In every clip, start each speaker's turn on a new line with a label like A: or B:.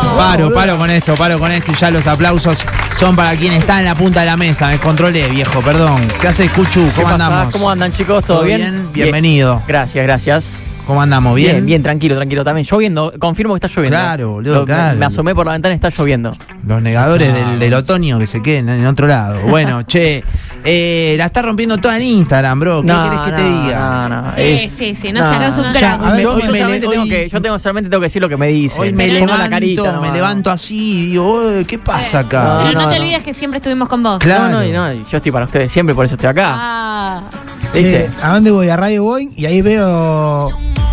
A: Oh.
B: Paro, paro con esto, paro con esto y ya los aplausos son para quien está en la punta de la mesa. Me controlé, viejo, perdón. ¿Qué haces, Cuchu? ¿Cómo
A: pasa?
B: andamos?
A: ¿Cómo andan, chicos? ¿Todo,
B: ¿Todo bien? Bienvenido.
A: Gracias, gracias.
B: ¿Cómo andamos? ¿Bien?
A: bien, tranquilo, tranquilo también. Lloviendo, confirmo que está lloviendo.
B: Claro, boludo,
A: me-
B: claro.
A: Me asomé por la ventana, está lloviendo.
B: Los negadores
A: Ah,
B: del, del otoño que se queden en otro lado. Bueno, che, eh, la está rompiendo toda en Instagram, bro. ¿Qué
A: No,
B: querés que
A: no,
B: te diga?
A: No, no,
C: Sí,
A: es-
C: sí, sí, no seas un
B: Ya, a ver,
A: yo,
B: hoy
A: yo
B: me
A: solamente
B: le-
A: tengo
B: hoy-
A: que, yo tengo, solamente tengo que decir lo que me dice.
B: Hoy me
A: Le pongo
B: levanto,
A: la carita
B: me
A: nomás. Eh,
B: levanto así y digo, "Uy, ¿qué pasa acá?
C: Pero no,
A: no,
C: te
A: no.
C: olvides que siempre estuvimos con vos.
B: Claro.
A: No, no, y no, y yo estoy para ustedes siempre, por eso estoy acá.
C: Ah,
D: Sí,
A: ¿Viste?
D: ¿A dónde voy? A Radio Boeing y ahí veo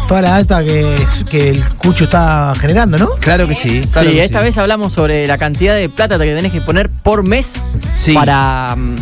D: toda la data que, que el Cucho está generando, ¿no?
B: Claro que sí. claro
A: sí,
B: que
A: esta vez hablamos sobre la cantidad de plata que tenés que poner por mes
B: Sí.
A: para, mm,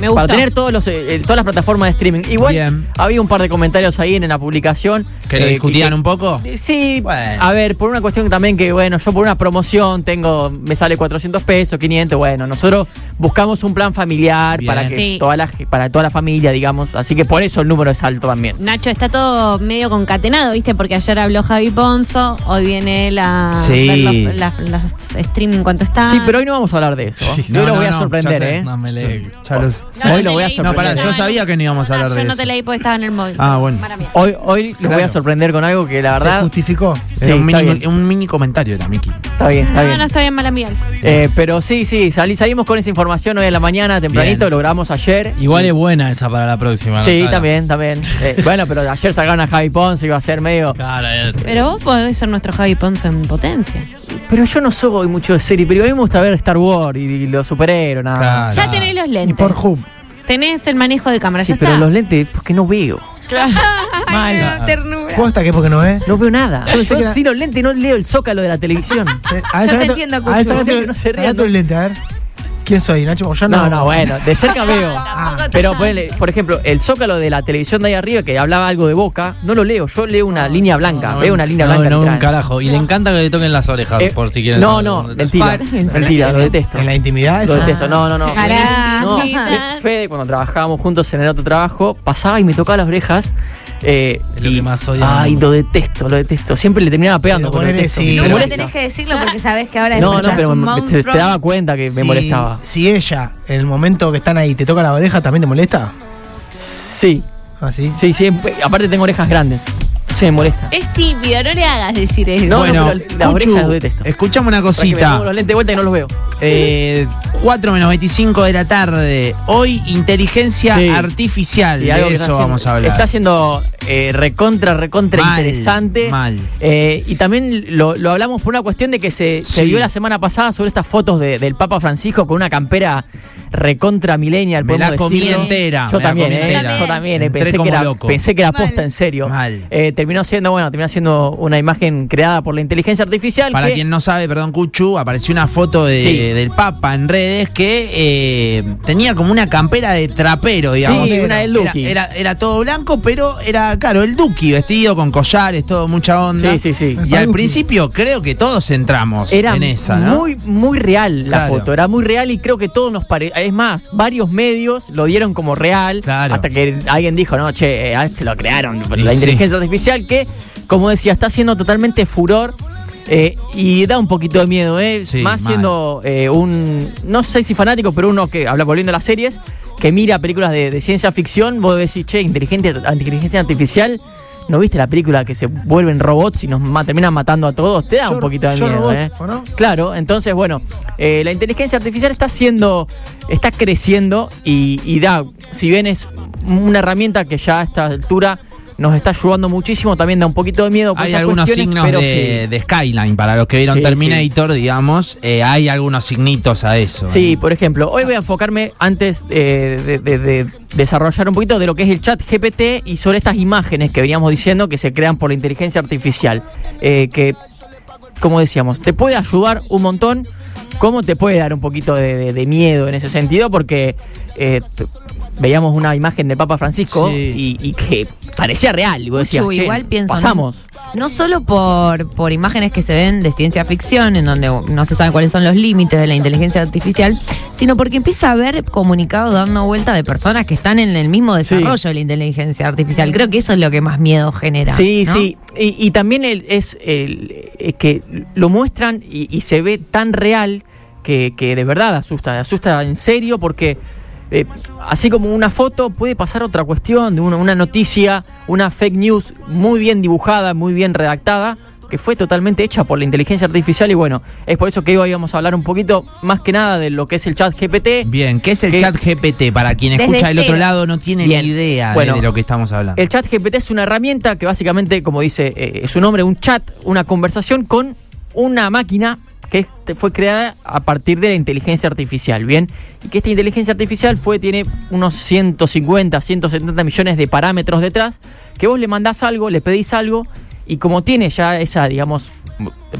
C: Me
A: para
C: gustó.
A: tener todos los, eh, eh, todas las plataformas de streaming. Igual
B: Bien.
A: había un par de comentarios ahí en, en la publicación.
B: ¿Que lo
A: eh,
B: discutían
A: que-
B: un poco?
A: Sí,
B: Bueno.
A: a ver, por una cuestión también que, bueno, yo por una promoción tengo, me sale 400 pesos, 500, bueno, nosotros buscamos un plan familiar
B: Bien.
A: para que
C: Sí.
A: toda la, para toda la familia, digamos, así que por eso el número es alto también.
C: Nacho, está todo medio concatenado, ¿viste? Porque ayer habló Javi Ponzo, hoy viene la
B: Sí.
C: ver los, las- las streaming cuánto está.
A: Sí, pero hoy no vamos a hablar de eso.
B: Sí,
A: Yo
B: no,
A: lo
B: no,
A: voy a
B: no,
A: sorprender,
B: ya sé.
A: ¿eh?
D: No, me
B: Ya lo sé.
A: Hoy lo voy a
B: No, pará,
A: sorprender.
B: yo sabía que no íbamos a hablar
C: Ah, yo
B: de
C: no
B: eso.
C: te leí porque estaba en el móvil.
B: Ah, bueno.
C: Mala mía.
A: Hoy, hoy los
B: Claro.
A: voy a sorprender con algo que la
D: Se
A: verdad.
D: justificó.
A: Sí,
B: Era un,
A: está
B: mini,
A: bien.
B: un mini comentario era, Miki.
A: Está bien, está
C: No,
A: bien.
C: no está bien, mala mía.
A: Eh, pero sí, sí, salí, salimos con esa información hoy en la mañana, tempranito,
B: Bien.
A: lo grabamos ayer.
E: Igual es buena esa para la próxima. ¿no?
A: Sí,
E: Claro.
A: también, también. Eh, bueno, pero ayer sacaron a Javi Ponce, iba a ser medio.
E: Claro, es-
C: Pero vos podés ser nuestro Javi Ponzo en potencia.
A: Pero yo no soy mucho de serie, pero a mí me gusta ver Star Wars y, y los superhéroes, nada.
B: Claro.
C: Ya tenés los
D: Y
C: lentes.
D: por Hum.
C: Tenés el manejo de cámara.
A: Sí,
C: ya
A: pero
C: está.
A: los lentes, porque no veo.
C: Ay, qué ternura.
D: ¿Vos hasta qué? Porque no ves.
A: No veo nada.
D: Yo pensé que
A: Yo
D: era-
A: sin los lentes no leo el zócalo de la televisión.
D: Eh, A ver,
F: Yo te
D: sacate-
F: entiendo,
D: A ver,
F: Cucho.
D: sacate-
A: Sí, que no se rían,
D: sacate
A: ¿no?
D: el lente, a ver. ¿Quién soy? Nacho Moyano.
A: No, no, bueno, de cerca veo.
D: Ah,
A: Pero ponele, por ejemplo, el zócalo de la televisión de ahí arriba que hablaba algo de boca, no lo leo, yo leo una línea blanca,
E: No,
A: veo una línea
E: no,
A: blanca.
E: No, un
A: literal.
E: carajo. Y le encanta que le toquen las orejas,
A: Eh,
E: por si quieren.
A: No,
E: saber
A: no,
E: algún detalle.
A: mentira. Mentira, lo detesto.
D: en la intimidad
A: Lo
D: eso.
A: detesto, no, no, no.
F: Pará.
A: No, eh,
C: Mira.
A: Fede, cuando trabajábamos juntos en el otro trabajo, pasaba y me tocaba las orejas. eh,
E: Es lo
A: y-
E: que más odio.
A: Ay, lo detesto, lo detesto. Siempre le terminaba pegando, pero
D: Pero
A: lo
D: ponele
A: detesto.
D: sí.
A: me
D: No,
F: Nunca
D: Pero-
A: molesta.
F: tenés que decirlo porque sabés que ahora
A: No, no,
F: escuchás
A: pero
F: un
A: me- se, se
F: monstruo.
A: daba cuenta que me
D: Si-
A: molestaba.
D: Si ella, en el momento que están ahí, te toca la oreja, ¿también te molesta? ¿Ah,
A: Sí,
D: Así.
A: sí, sí. Aparte tengo orejas grandes. Se me molesta.
C: Es tibio, no le hagas decir eso.
A: No,
B: bueno,
A: no, pero las
B: Cuchu,
A: orejas las detesto.
B: escuchame una
A: Para que me pongo
B: cosita.
A: los lentes de vuelta y no los veo.
B: Eh, 4 menos 25 de la tarde. Hoy, inteligencia
A: Sí.
B: artificial.
A: Sí,
B: de
A: algo
B: eso
A: que está haciendo-
B: vamos a hablar.
A: Está siendo eh, recontra, recontra
B: Mal,
A: interesante.
B: mal.
A: Eh, y también lo, lo hablamos por una cuestión de que se, se
B: Sí.
A: vio la semana pasada sobre estas fotos de- del Papa Francisco con una campera recontra millennial.
B: Me la
A: podemos
B: comí
A: decirlo.
B: entera,
A: Yo
B: me la
A: también,
B: comí
A: eh,
F: entera.
A: yo también. eh,
B: Entré
A: pensé,
B: como
A: que era,
B: loco.
A: pensé que era
F: Mal.
A: posta en serio.
B: Mal.
A: Eh, terminó siendo, bueno, terminó siendo una imagen creada por la inteligencia artificial.
B: Para
A: que-
B: quien no sabe, perdón, Cuchu, apareció una foto de-
A: Sí.
B: del Papa en redes que eh, tenía como una campera de trapero, digamos.
A: Sí, una del
B: era,
A: Duki.
B: era, era todo blanco, pero era, claro, el Duki, vestido con collares, todo, mucha onda.
A: Sí, sí, sí.
B: Y al principio creo que todos entramos
A: Era
B: en esa, ¿no?
A: muy, muy real la
B: Claro.
A: foto, era muy real y creo que todos nos pareció. Es más, varios medios lo dieron como real.
B: Claro.
A: Hasta que alguien dijo, no, che, eh, ah, se lo crearon. La
B: sí.
A: inteligencia artificial que, como decía, está haciendo totalmente furor. eh, y da un poquito de miedo, ¿eh?
B: Sí,
A: Más
B: mal.
A: siendo eh, un, no sé si fanático, pero uno que habla volviendo a las series, que mira películas de, de ciencia ficción, vos decís, che, inteligente, inteligencia artificial, ¿no viste la película que se vuelven robots y nos ma- terminan matando a todos? Te da
D: Yo-
A: un poquito de
D: yo
A: miedo,
D: robot,
A: ¿eh?
D: ¿o no?
A: Claro, entonces, bueno, eh, la inteligencia artificial está siendo, está creciendo y, y da, si bien es una herramienta que ya a esta altura nos está ayudando muchísimo, también da un poquito de miedo. por
B: Hay
A: esas
B: algunos
A: cuestiones,
B: signos
A: pero
B: de,
A: sí.
B: de Skyline, para los que vieron
A: Sí,
B: Terminator, digamos, eh, hay algunos signitos a eso.
A: Sí,
B: ¿eh?
A: por ejemplo, hoy voy a enfocarme antes eh, de, de- de desarrollar un poquito de lo que es el chat GPT y sobre estas imágenes que veníamos diciendo que se crean por la inteligencia artificial, eh, que, como decíamos, te puede ayudar un montón, como te puede dar un poquito de, de- de miedo en ese sentido, porque eh, t- veíamos una imagen de Papa Francisco
B: Sí.
A: y, y que parecía real. Y vos decías,
G: Uchu,
A: "Che,
G: igual pienso, ¿no?
A: pasamos.
G: No solo por, por imágenes que se ven de ciencia ficción, en donde no se sabe cuáles son los límites de la inteligencia artificial, sino porque empieza a haber comunicados dando vuelta de personas que están en el mismo desarrollo de la inteligencia artificial. Creo que eso es lo que más miedo genera.
A: Sí,
G: ¿no?
A: sí. Y, y también el- es, el, es que lo muestran y, y se ve tan real que, que de verdad asusta, asusta en serio porque eh, así como una foto puede pasar otra cuestión, de una, una noticia, una fake news muy bien dibujada, muy bien redactada, que fue totalmente hecha por la inteligencia artificial y bueno, es por eso que hoy vamos a hablar un poquito más que nada de lo que es el chat GPT.
B: Bien, ¿qué es el
A: ¿Qué?
B: chat GPT? Para quien
F: Desde
B: escucha del otro
F: cero.
B: lado no tiene
A: Bien.
B: ni idea de-
A: Bueno,
B: de lo que estamos hablando.
A: El chat GPT es una herramienta que básicamente, como dice eh, su nombre, un chat, una conversación con una máquina que este- fue creada a partir de la inteligencia artificial, ¿bien? Y que esta inteligencia artificial fue, tiene unos 150, 170 millones de parámetros detrás, que vos le mandás algo, le pedís algo, y como tiene ya esa, digamos,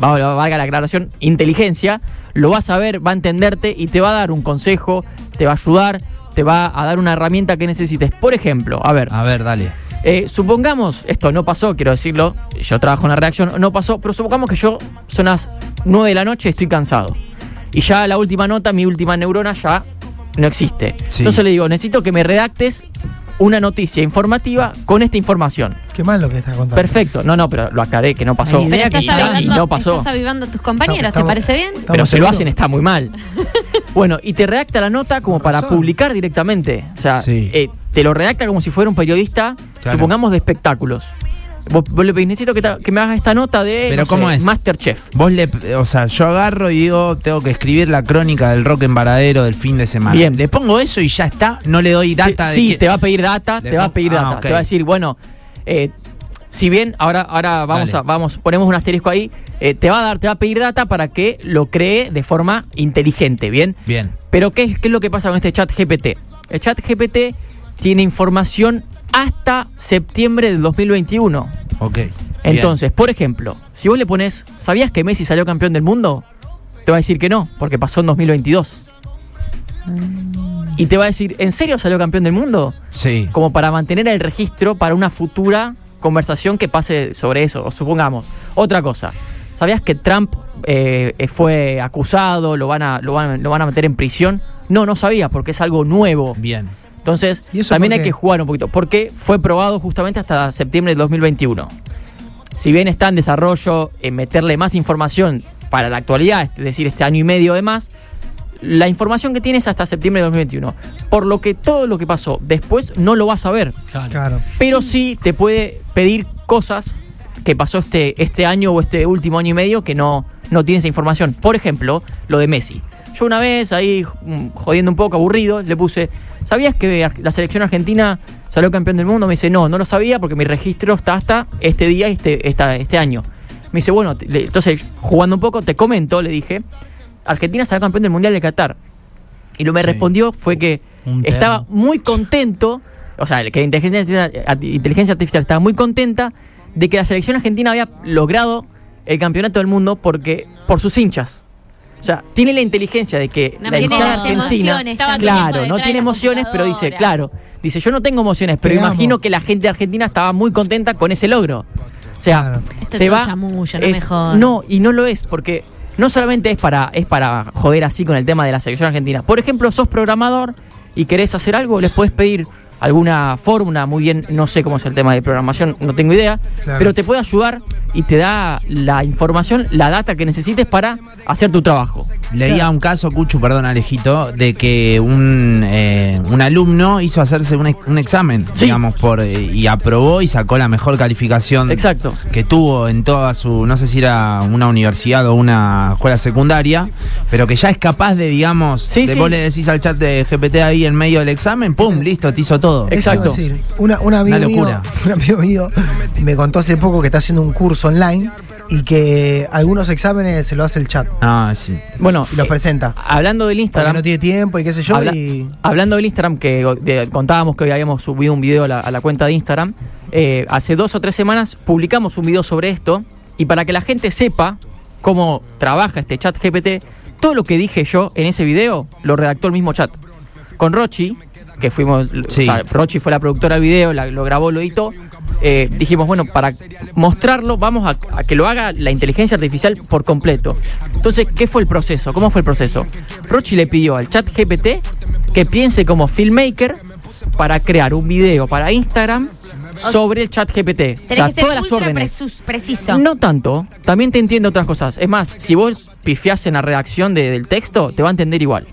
A: va- va- valga la aclaración, inteligencia, lo vas a ver, va a entenderte y te va a dar un consejo, te va a ayudar, te va a dar una herramienta que necesites. Por ejemplo, a ver,
E: A ver, dale.
A: eh, supongamos, esto no pasó, quiero decirlo, yo trabajo en la redacción, no pasó, pero supongamos que yo son las 9 de la noche, estoy cansado. Y ya la última nota, mi última neurona ya no existe.
B: Sí.
A: Entonces le digo, necesito que me redactes una noticia informativa con esta información.
D: Qué mal lo que estás contando.
A: Perfecto, no, no, pero lo aclaré, que no pasó.
D: Ay,
C: Pero
D: Mira
C: estás
A: y, no- y
C: avivando,
A: no pasó.
C: estás avivando a tus compañeros,
D: Estamos-
C: ¿te parece bien?
D: estamos
A: Pero se lo
D: seguros.
A: hacen, está muy mal. Bueno, y te redacta la nota como
D: Con
A: para
D: razón.
A: publicar directamente. O sea,
B: Sí.
A: eh, te lo redacta como si fuera un periodista,
B: Claro.
A: supongamos de espectáculos. Vos, vos le pedís, necesito que, ta- que me hagas esta nota de
B: Pero ¿cómo es?
A: Masterchef.
B: Vos le, o sea, yo agarro y digo, tengo que escribir la crónica del rock en varadero del fin de semana.
A: Bien.
B: Le pongo eso y ya está, no le doy data de
A: sí,
B: que-
A: te va a pedir data,
B: Le
A: te va a
B: pon-
A: pedir
B: Ah,
A: data.
B: ok.
A: Te va a decir, bueno, eh, si bien ahora, ahora vamos
B: Dale.
A: a, vamos, ponemos un asterisco ahí, eh, te va a dar, te va a pedir data para que lo cree de forma inteligente, ¿bien?
B: Bien.
A: Pero ¿qué es, qué es lo que pasa con este chat GPT? El chat GPT tiene información hasta septiembre del 2021.
B: Ok. bien.
A: Entonces, por ejemplo, si vos le pones, ¿sabías que Messi salió campeón del mundo? Te va a decir que no, porque pasó en 2022. Y te va a decir, ¿en serio salió campeón del mundo?
B: Sí.
A: Como para mantener el registro para una futura conversación que pase sobre eso, o supongamos. Otra cosa, ¿sabías que Trump eh, eh, fue acusado, lo van, a, lo, van, lo van a meter en prisión? No, no sabía, porque es algo nuevo.
B: Bien.
A: Entonces,
D: ¿Y eso
A: también
D: por
A: hay
D: qué?
A: que jugar un poquito, porque fue probado justamente hasta septiembre de 2021. Si bien está en desarrollo en meterle más información para la actualidad, es decir, este año y medio de más, la información que tienes hasta septiembre de 2021. Por lo que todo lo que pasó después no lo vas a ver,
D: Claro.
A: pero sí te puede pedir cosas que pasó este, este año o este último año y medio que no, no tiene esa información. Por ejemplo, lo de Messi. Yo una vez ahí mm, jodiendo un poco, aburrido, le puse, ¿sabías que ar- la selección argentina salió campeón del mundo? Me dice, no, no lo sabía porque mi registro está hasta este día y este, esta- este año. Me dice, bueno, te- le- entonces jugando un poco, te comento, le dije, Argentina salió campeón del Mundial de Qatar. Y lo que me
B: Sí.
A: respondió fue que
E: Un termo.
A: estaba muy contento, o sea, que la inteligencia, artificial- arti- inteligencia artificial estaba muy contenta de que la selección argentina había logrado el campeonato del mundo porque por sus hinchas. O sea, tiene la inteligencia de que
C: No,
A: la
C: tiene
A: hinchada
C: las
A: argentina,
F: emociones
C: Estaba
F: también.
C: todo el
A: claro,
C: tiempo
A: no
C: detrás
A: tiene
C: de la
A: emociones, pero dice,
C: computadora.
A: claro, dice, yo no tengo emociones, pero
D: Te
A: imagino
D: amo.
A: que la gente argentina estaba muy contenta con ese logro. O sea,
D: Claro.
C: Esto es
A: se
C: todo
A: va
C: chamuyo, no me
A: es-
C: jodan.
A: no, Oh, y no lo es, porque no solamente es para, es para joder así con el tema de la selección argentina. Por ejemplo, sos programador y querés hacer algo, les podés pedir alguna fórmula, muy bien, no sé cómo es el tema de programación, no tengo idea,
D: Claro.
A: pero te puede ayudar y te da la información, la data que necesites para hacer tu trabajo.
B: Leía un caso, Cuchu, perdón, Alejito, de que un, eh, un alumno hizo hacerse un, ex- un examen,
A: Sí.
B: digamos, por eh, y aprobó y sacó la mejor calificación
A: Exacto.
B: que tuvo en toda su, no sé si era una universidad o una escuela secundaria, pero que ya es capaz de, digamos,
A: Sí,
B: de
A: sí.
B: vos le decís al chat de GPT ahí en medio del examen, ¡pum! Listo, te hizo todo.
A: Ex- Exacto.
D: Eso iba a decir. Una, un amigo
B: Una locura.
D: Mío, un amigo mío me contó hace poco que está haciendo un curso online y que algunos exámenes se lo hace el chat
B: Ah, sí.
A: Bueno,
D: y los
A: eh,
D: presenta.
A: hablando del
D: Porque
A: Instagram,
D: no tiene tiempo y qué sé yo.
A: Habla-
D: y
A: Hablando del Instagram, que de- contábamos que hoy habíamos subido un video a la, a la cuenta de Instagram, eh, hace dos o tres semanas publicamos un video sobre esto y para que la gente sepa cómo trabaja este chat GPT, todo lo que dije yo en ese video lo redactó el mismo chat. Con Rochi, que fuimos,
B: Sí.
A: o sea, Rochi fue la productora de video, la- lo grabó, lo editó. eh, dijimos, bueno, para mostrarlo, vamos a, a que lo haga la inteligencia artificial por completo. Entonces, ¿qué fue el proceso? ¿Cómo fue el proceso? Rochi le pidió al chat GPT que piense como filmmaker para crear un video para Instagram sobre el chat GPT. O
F: Tenés
A: sea,
F: que ser
A: todas las
F: ultra
A: órdenes.
F: presus- preciso.
A: No tanto. También te entiende otras cosas. Es más, si vos pifiás en la redacción de- del texto, te va a entender igual.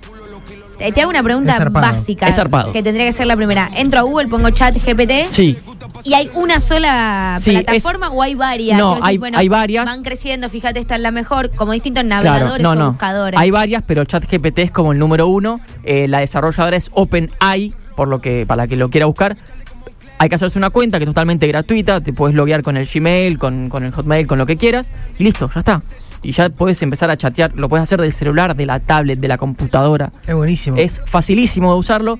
F: Te te hago una pregunta
D: Es zarpado.
F: básica.
A: Es zarpado.
F: Que tendría que ser la primera. Entro a Google, pongo chat GPT.
A: Sí.
F: ¿Y hay una sola
A: Sí, es-
F: plataforma o hay varias?
A: No,
F: Y vos
A: hay- hay varias.
F: Van creciendo, fíjate, esta es la mejor. Como distintos
A: Claro,
F: navegadores
A: no,
F: o
A: no.
F: buscadores.
A: Hay varias, pero ChatGPT es como el número uno. Eh, la desarrolladora es OpenAI, por lo que, para que lo quiera buscar. Hay que hacerse una cuenta que es totalmente gratuita, te puedes loguear con el Gmail, con, con el Hotmail, con lo que quieras, y listo, ya está. Y ya puedes empezar a chatear, lo puedes hacer del celular, de la tablet, de la computadora.
D: Es buenísimo.
A: Es facilísimo de usarlo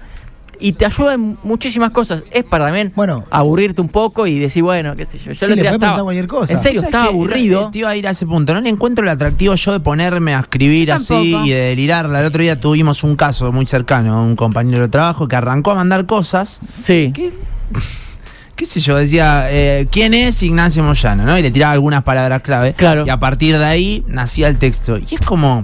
A: y te ayuda en muchísimas cosas. Es para también
D: Bueno.
A: aburrirte un poco y decir, bueno, qué sé yo. Yo
D: Sí,
A: lo tenía
D: le puede preguntar
A: estaba.
D: cualquier cosa.
A: En serio,
B: ¿Sabes
A: estaba
B: qué?
A: aburrido.
B: Te
D: Eh,
B: iba a ir a ese punto. No le encuentro el atractivo yo de ponerme a escribir así
F: tampoco.
B: y de delirarla. El otro día tuvimos un caso muy cercano, un compañero de trabajo que arrancó a mandar cosas.
A: Sí.
B: ¿Qué? ¿Qué sé yo? Decía, eh, ¿quién es Ignacio Moyano? ¿no? Y le tiraba algunas palabras clave.
A: Claro.
B: Y a partir de ahí nacía el texto. Y es como.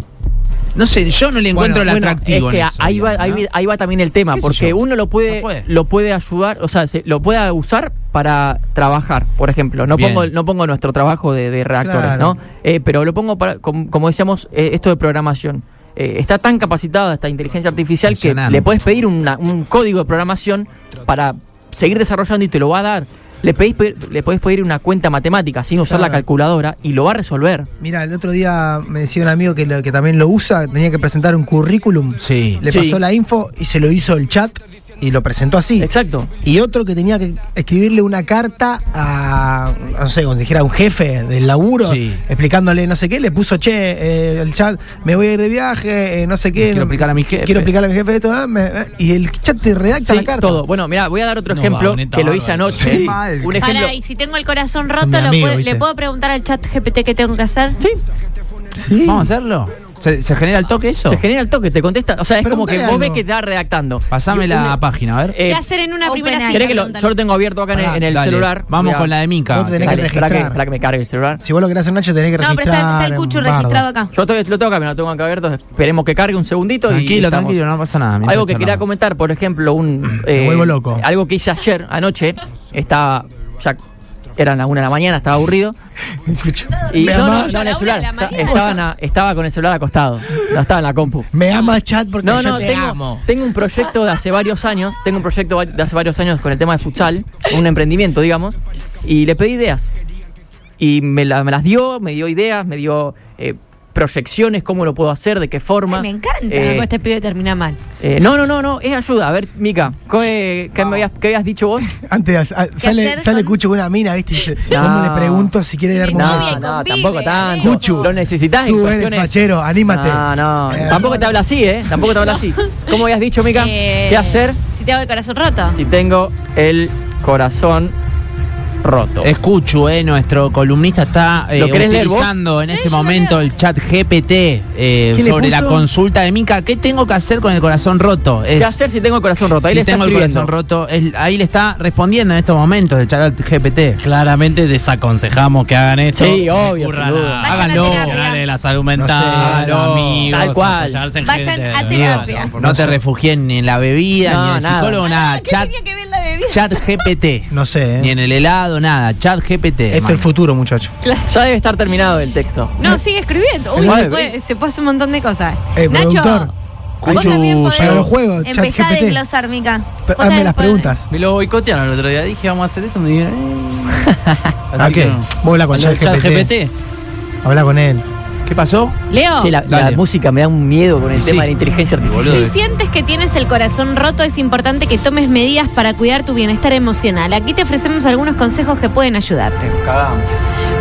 B: No sé, yo no le encuentro el
A: Bueno,
B: atractivo.
A: Es que
B: en eso,
A: ahí, va,
B: digamos,
A: ahí,
B: ¿no?
A: va- ahí va también el tema,
B: ¿Qué sé
A: porque
B: yo?
A: uno lo
B: No fue.
A: puede, lo puede ayudar, o sea, se- lo puede usar para trabajar, por ejemplo. No
B: Bien.
A: pongo, no pongo nuestro trabajo de, de redactores,
D: Claro.
A: ¿no? Eh, pero lo pongo para, com- como decíamos, eh, esto de programación. Eh, está tan capacitada esta inteligencia artificial que
B: Impresionante.
A: le puedes pedir una- un código de programación para seguir desarrollando y te lo va a dar. Le, pedís pe- le podés pedir una cuenta matemática sin usar la
D: Claro.
A: calculadora y lo va a resolver.
D: Mira, el otro día me decía un amigo que, lo- que también lo usa, tenía que presentar un currículum.
B: Sí.
D: Le
A: Sí.
D: pasó la info y se lo hizo el chat y lo presentó así.
A: Exacto.
D: Y otro que tenía que escribirle una carta a, no sé, como dijera, a un jefe del laburo,
B: Sí.
D: explicándole no sé qué, le puso, che, eh, el chat, me voy a ir de viaje, eh, no sé qué.
B: Quiero explicar a mi jefe.
D: Quiero explicarle a mi jefe esto, ah, me- eh, y el chat te redacta
A: Sí,
D: la carta.
A: todo. Bueno, mira, voy a dar otro
E: No,
A: ejemplo
E: vagoneta
A: que lo hice
E: bárbaro.
A: anoche.
B: Sí.
A: Un ejemplo.
C: Pará, y si tengo el corazón
D: Es mi
C: roto, lo
D: amigo,
C: puedo-
D: ¿viste?
C: ¿le puedo preguntar al chat GPT qué tengo que hacer?
A: Sí,
D: Sí.
B: ¿Vamos a hacerlo? ¿Se, se genera el toque eso?
A: se genera el toque, te contesta. O sea, es como que
D: Preguntale
A: vos ves
D: algo.
A: que está redactando.
B: Pasame
A: Y
B: la
A: una-
B: página, a ver.
A: eh,
C: ¿Qué hacer en una
F: Open
C: primera
F: AI.
C: cita?
A: ¿Querés que lo, yo lo tengo abierto acá en, el-
D: Pará,
A: en el
B: Dale,
A: celular?
B: Vamos
A: Voy a-
B: con la de Mica.
D: Vos tenés
A: Dale,
D: que
A: esperá que,
D: registrar.
A: esperá que me cargue el celular.
D: Si vos lo querés hacer, Nacho, tenés que
F: No,
D: registrar.
F: pero está, está el
D: en
F: cucho
D: Bardo.
F: registrado acá.
A: Yo todavía lo tengo acá, me lo tengo acá abierto. Esperemos que cargue un segundito y.
B: Tranquilo,
A: estamos.
B: tranquilo, no pasa nada. mientras
A: Algo que quería
B: charlamos.
A: comentar, por ejemplo, un. eh,
D: vuelvo loco.
A: Algo que hice ayer, anoche. Estaba. Ya eran las una de la mañana, estaba aburrido.
D: El cucho.
A: Y
D: me
A: no, no,
D: amas,
A: no, en
C: La una de
A: el
C: la
A: celular. Esta-
C: mañana.
A: Estaba, en la- estaba con el celular acostado. No estaba en la compu.
D: me amas, chat, porque
A: No,
D: yo
A: no,
D: te
A: tengo,
D: amo.
A: tengo un proyecto de hace varios años, tengo un proyecto de hace varios años con el tema de futsal, un emprendimiento, digamos, y le pedí ideas. Y me, la- me las dio, me dio ideas, me dio eh, proyecciones, cómo lo puedo hacer, de qué forma.
F: Ay, me encanta.
A: Eh,
C: Chicos, este pibe termina mal.
A: eh, no, no, no, no, es ayuda. A ver, Mica, ¿qué, qué me habías, qué habías dicho vos?
D: Antes ah, sale,
F: hacer
D: sale
F: con-
D: Cucho con una mina, ¿viste? Y dice,
A: No.
D: ¿Cómo le pregunto si quiere dar
C: No,
D: un beso?
C: bien, convive,
A: tampoco tanto.
D: Cuchu,
A: lo necesitas en
D: Tú eres
A: cuestiones...
D: fachero, anímate.
C: Ah,
A: No, no,
D: Eh,
A: tampoco te habla así, ¿eh? Tampoco te habla así. ¿Cómo habías dicho, Mica?
C: Eh,
A: ¿Qué hacer?
C: Si te hago el corazón roto.
A: si tengo el corazón roto.
B: Escucho, eh, nuestro columnista está eh,
A: ¿Lo querés leer vos?
B: utilizando en este momento el chat GPT eh,
D: ¿Qué le
B: sobre la
D: puso?
B: consulta de Mica. ¿Qué tengo que hacer con el corazón roto? Es-
A: ¿Qué hacer si tengo el corazón roto? Ahí
B: si
A: le está
B: tengo el
A: escribiendo.
B: corazón roto, es- ahí le está respondiendo en estos momentos el chat GPT.
E: Claramente desaconsejamos que hagan esto.
A: Sí, obvio,
E: Recurran
A: sin
E: a
A: duda.
F: Vayan a
B: Háganlo.
F: terapia.
E: profesionales de la salud mental,
B: No sé,
E: amigos,
A: Tal cual.
E: apoyarse en
F: Vayan
E: gente,
F: a
E: ¿no?
F: terapia.
E: Claro.
B: No te refugies ni en la bebida,
A: No,
B: ni en el
A: nada.
B: psicólogo, nada. Chat,
C: que ver la bebida?
B: chat GPT.
D: No sé, ¿eh?
B: Ni en el helado, nada. Chat GPT.
D: Esto es el futuro, muchacho.
A: Ya debe estar terminado el texto.
H: No, sigue escribiendo. Uy,
A: Madre.
H: se puede, se puede hacer un montón de cosas.
D: Eh,
H: Nacho,
D: productor,
F: Vos también podés
D: para los juegos,
F: Empezá a
D: ChatGPT.
F: desglosar, Mica.
D: pe-
F: Vos
D: hazme
F: también
D: las
F: podés-
D: preguntas.
E: Me lo boicotearon el otro día. Dije, vamos a hacer esto. Me dijeron, eh. Así
D: ¿A
E: que
D: qué?
E: no.
D: Ah, Vos habla
E: Con
D: con
E: el chat GPT.
D: Habla con él.
B: ¿Qué pasó?
C: Leo,
A: Che, la, la
B: Dale.
A: música me da un miedo con el
B: Sí.
A: tema de la inteligencia artificial.
C: si sientes que tienes el corazón roto, es importante que tomes medidas para cuidar tu bienestar emocional. Aquí te ofrecemos algunos consejos que pueden ayudarte.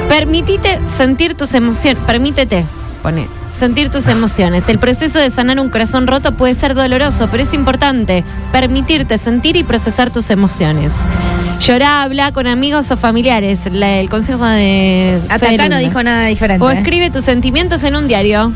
C: Permitite sentir tus emociones. Permítete, pone, sentir tus emociones. El proceso de sanar un corazón roto puede ser doloroso, pero es importante permitirte sentir y procesar tus emociones. Llorá, habla con amigos o familiares. La- el consejo de.
F: Hasta
C: Fede
F: acá no
C: Luna.
F: ¿eh? dijo nada diferente.
C: O
F: ¿eh?
C: escribe tus sentimientos en un diario.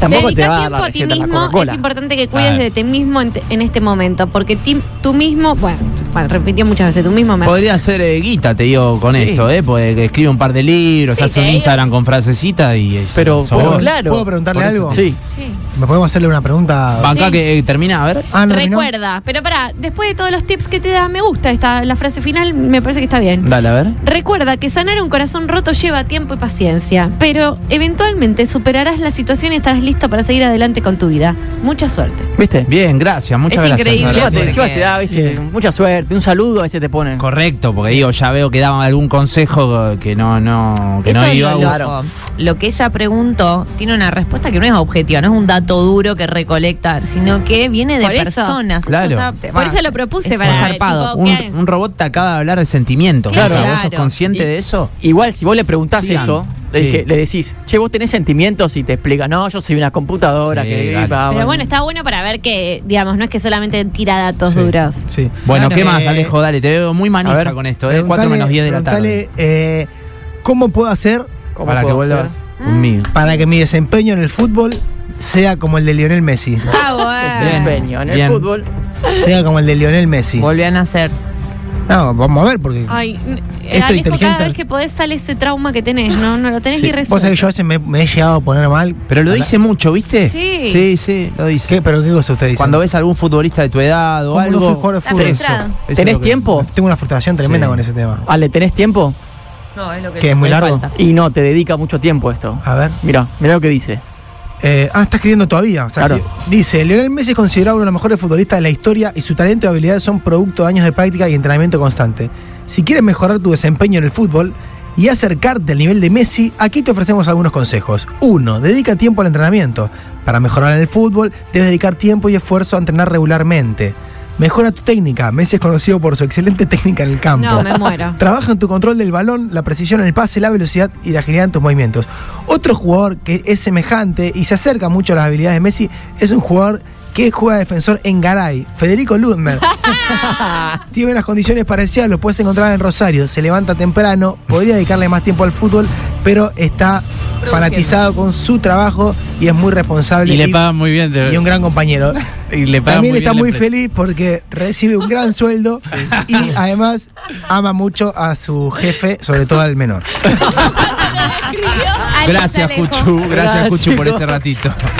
A: Tampoco te
C: Dedicar
A: va a dar
C: tiempo
A: la
C: a ti
A: receta la
C: mismo es
A: Coca-Cola.
C: importante que cuides
E: Claro.
C: de ti mismo en, te- en este momento, porque ti- tú mismo, bueno, bueno, repitió muchas veces, tú mismo me
B: Podría ser eh, guita, te digo, con
A: Sí.
B: esto, ¿eh? Porque que escribe un par de libros,
C: Sí,
B: hace
C: te
B: un
C: digo.
B: Instagram con frasecita y. eh,
A: Pero,
B: sos
A: pero
B: vos.
A: claro.
D: ¿Puedo preguntarle
A: Por eso-
D: algo?
A: Sí.
C: Sí.
D: ¿Me podemos hacerle una pregunta?
B: Bancá
C: Sí.
B: que eh, termina, a ver.
D: Ah, no, terminó.
C: Recuerda, pero pará, después de todos los tips que te da, me gusta esta, la frase final, me parece que está bien.
B: Dale, a ver.
C: Recuerda que sanar un corazón roto lleva tiempo y paciencia, pero eventualmente superarás la situación y estarás listo para seguir adelante con tu vida. Mucha suerte.
A: ¿Viste?
B: Bien, gracias, muchas
G: Es
B: gracias.
G: increíble.
A: Encima
B: gracias.
A: te, encima te da a veces
D: Bien.
A: mucha suerte, un saludo a veces te ponen.
B: Correcto, porque digo, ya veo que daban algún consejo que no, no, que
G: Eso
B: no
G: es
B: iba
G: lo,
B: a
G: loco. Lo que ella preguntó tiene una respuesta que no es objetiva, no es un dato duro que recolecta, sino que viene de
C: Por eso.
G: personas. Eso
B: Claro.
G: está-
C: Por eso lo propuse
G: es
C: para
G: zarpado.
C: tipo,
B: un,
C: ¿qué?
B: un robot te acaba de hablar de sentimientos.
G: Claro.
B: ¿Vos sos
G: Claro.
B: consciente
A: Y-
B: de eso?
A: Igual si vos le preguntás
B: Sigan.
A: eso, le,
B: Sí.
A: dije- le decís, che, vos tenés sentimientos y te explica, no, yo soy una computadora
B: Sí,
A: que...
B: dale.
D: Ah,
A: va, va".
C: Pero bueno, está bueno para ver que, digamos, no es que solamente tira datos
D: Sí.
C: duros.
D: Sí.
B: Bueno,
G: Claro.
B: ¿qué más,
D: Eh,
B: Alejo? Dale, te veo muy manija
A: ver,
B: con esto, ¿eh? 4
D: Preguntale-
B: menos 10 de la tarde.
D: preguntale, eh, ¿Cómo Ah. puedo hacer
A: ¿Cómo
B: Para que
A: puedo
B: vuelvas
A: hacer?
B: conmigo.
D: para que mi desempeño en el fútbol sea como el de Lionel Messi?
G: Ah. eh.
A: Desempeño en el
B: Bien.
A: fútbol.
D: sea como el de Lionel Messi.
G: Volvían a hacer.
D: No, vamos a ver porque.
C: Ay, n-
D: Esto
C: Alejo,
D: inteligente-
C: cada vez que podés sale ese trauma que tenés, ¿no? No lo tenés
D: Sí.
C: ni resuelto.
D: Vos sabés que yo a veces me, me he llegado a poner mal.
B: Pero lo
D: Para-
B: dice mucho, ¿viste?
C: Sí.
B: Sí, sí, lo dice.
D: ¿Qué? ¿Pero qué cosa ustedes dicen?
B: Cuando ves a algún futbolista de tu edad o
D: ¿Cómo no
B: algo.
D: fui jugador de
F: Está
D: fútbol?
F: frustrado.
B: Eso es
A: ¿Tenés
B: lo que-
A: tiempo?
D: Tengo una frustración tremenda
B: Sí.
D: con ese tema.
A: Ale, ¿tenés tiempo?
G: No, es lo
D: ¿Que es muy
G: le
D: largo?
G: falta.
A: Y no, te dedica mucho tiempo esto.
B: Ah.
D: A ver.
A: Mira, mira lo que dice.
D: Eh, ah, está escribiendo todavía. O sea,
A: Claro.
D: sí. dice, Lionel Messi es considerado uno de los mejores futbolistas de la historia y su talento y habilidades son producto de años de práctica y entrenamiento constante. Si quieres mejorar tu desempeño en el fútbol y acercarte al nivel de Messi, aquí te ofrecemos algunos consejos. Uno, Dedica tiempo al entrenamiento. Para mejorar en el fútbol, debes dedicar tiempo y esfuerzo a entrenar regularmente. Mejora tu técnica. Messi es conocido por su excelente técnica en el campo.
C: No, me muero.
D: Trabaja en tu control del balón, la precisión en el pase, la velocidad y la agilidad en tus movimientos. Otro jugador que es semejante y se acerca mucho a las habilidades de Messi es un jugador que juega defensor en Garay, Federico Ludmer. Tiene unas condiciones parecidas, lo puedes encontrar en Rosario. Se levanta temprano, podría dedicarle más tiempo al fútbol, pero está fanatizado con su trabajo y es muy responsable
E: Y le pagan muy bien. de-
D: y un gran compañero.
E: y le pagan
D: También está
E: bien la
D: muy
E: empresa.
D: feliz porque recibe un gran sueldo y además ama mucho a su jefe, sobre todo al menor.
F: Alex
B: Gracias,
F: Alejo.
B: Cuchu. Gracias,
A: Gracias,
B: Cuchu, por
A: chicos.
B: este ratito.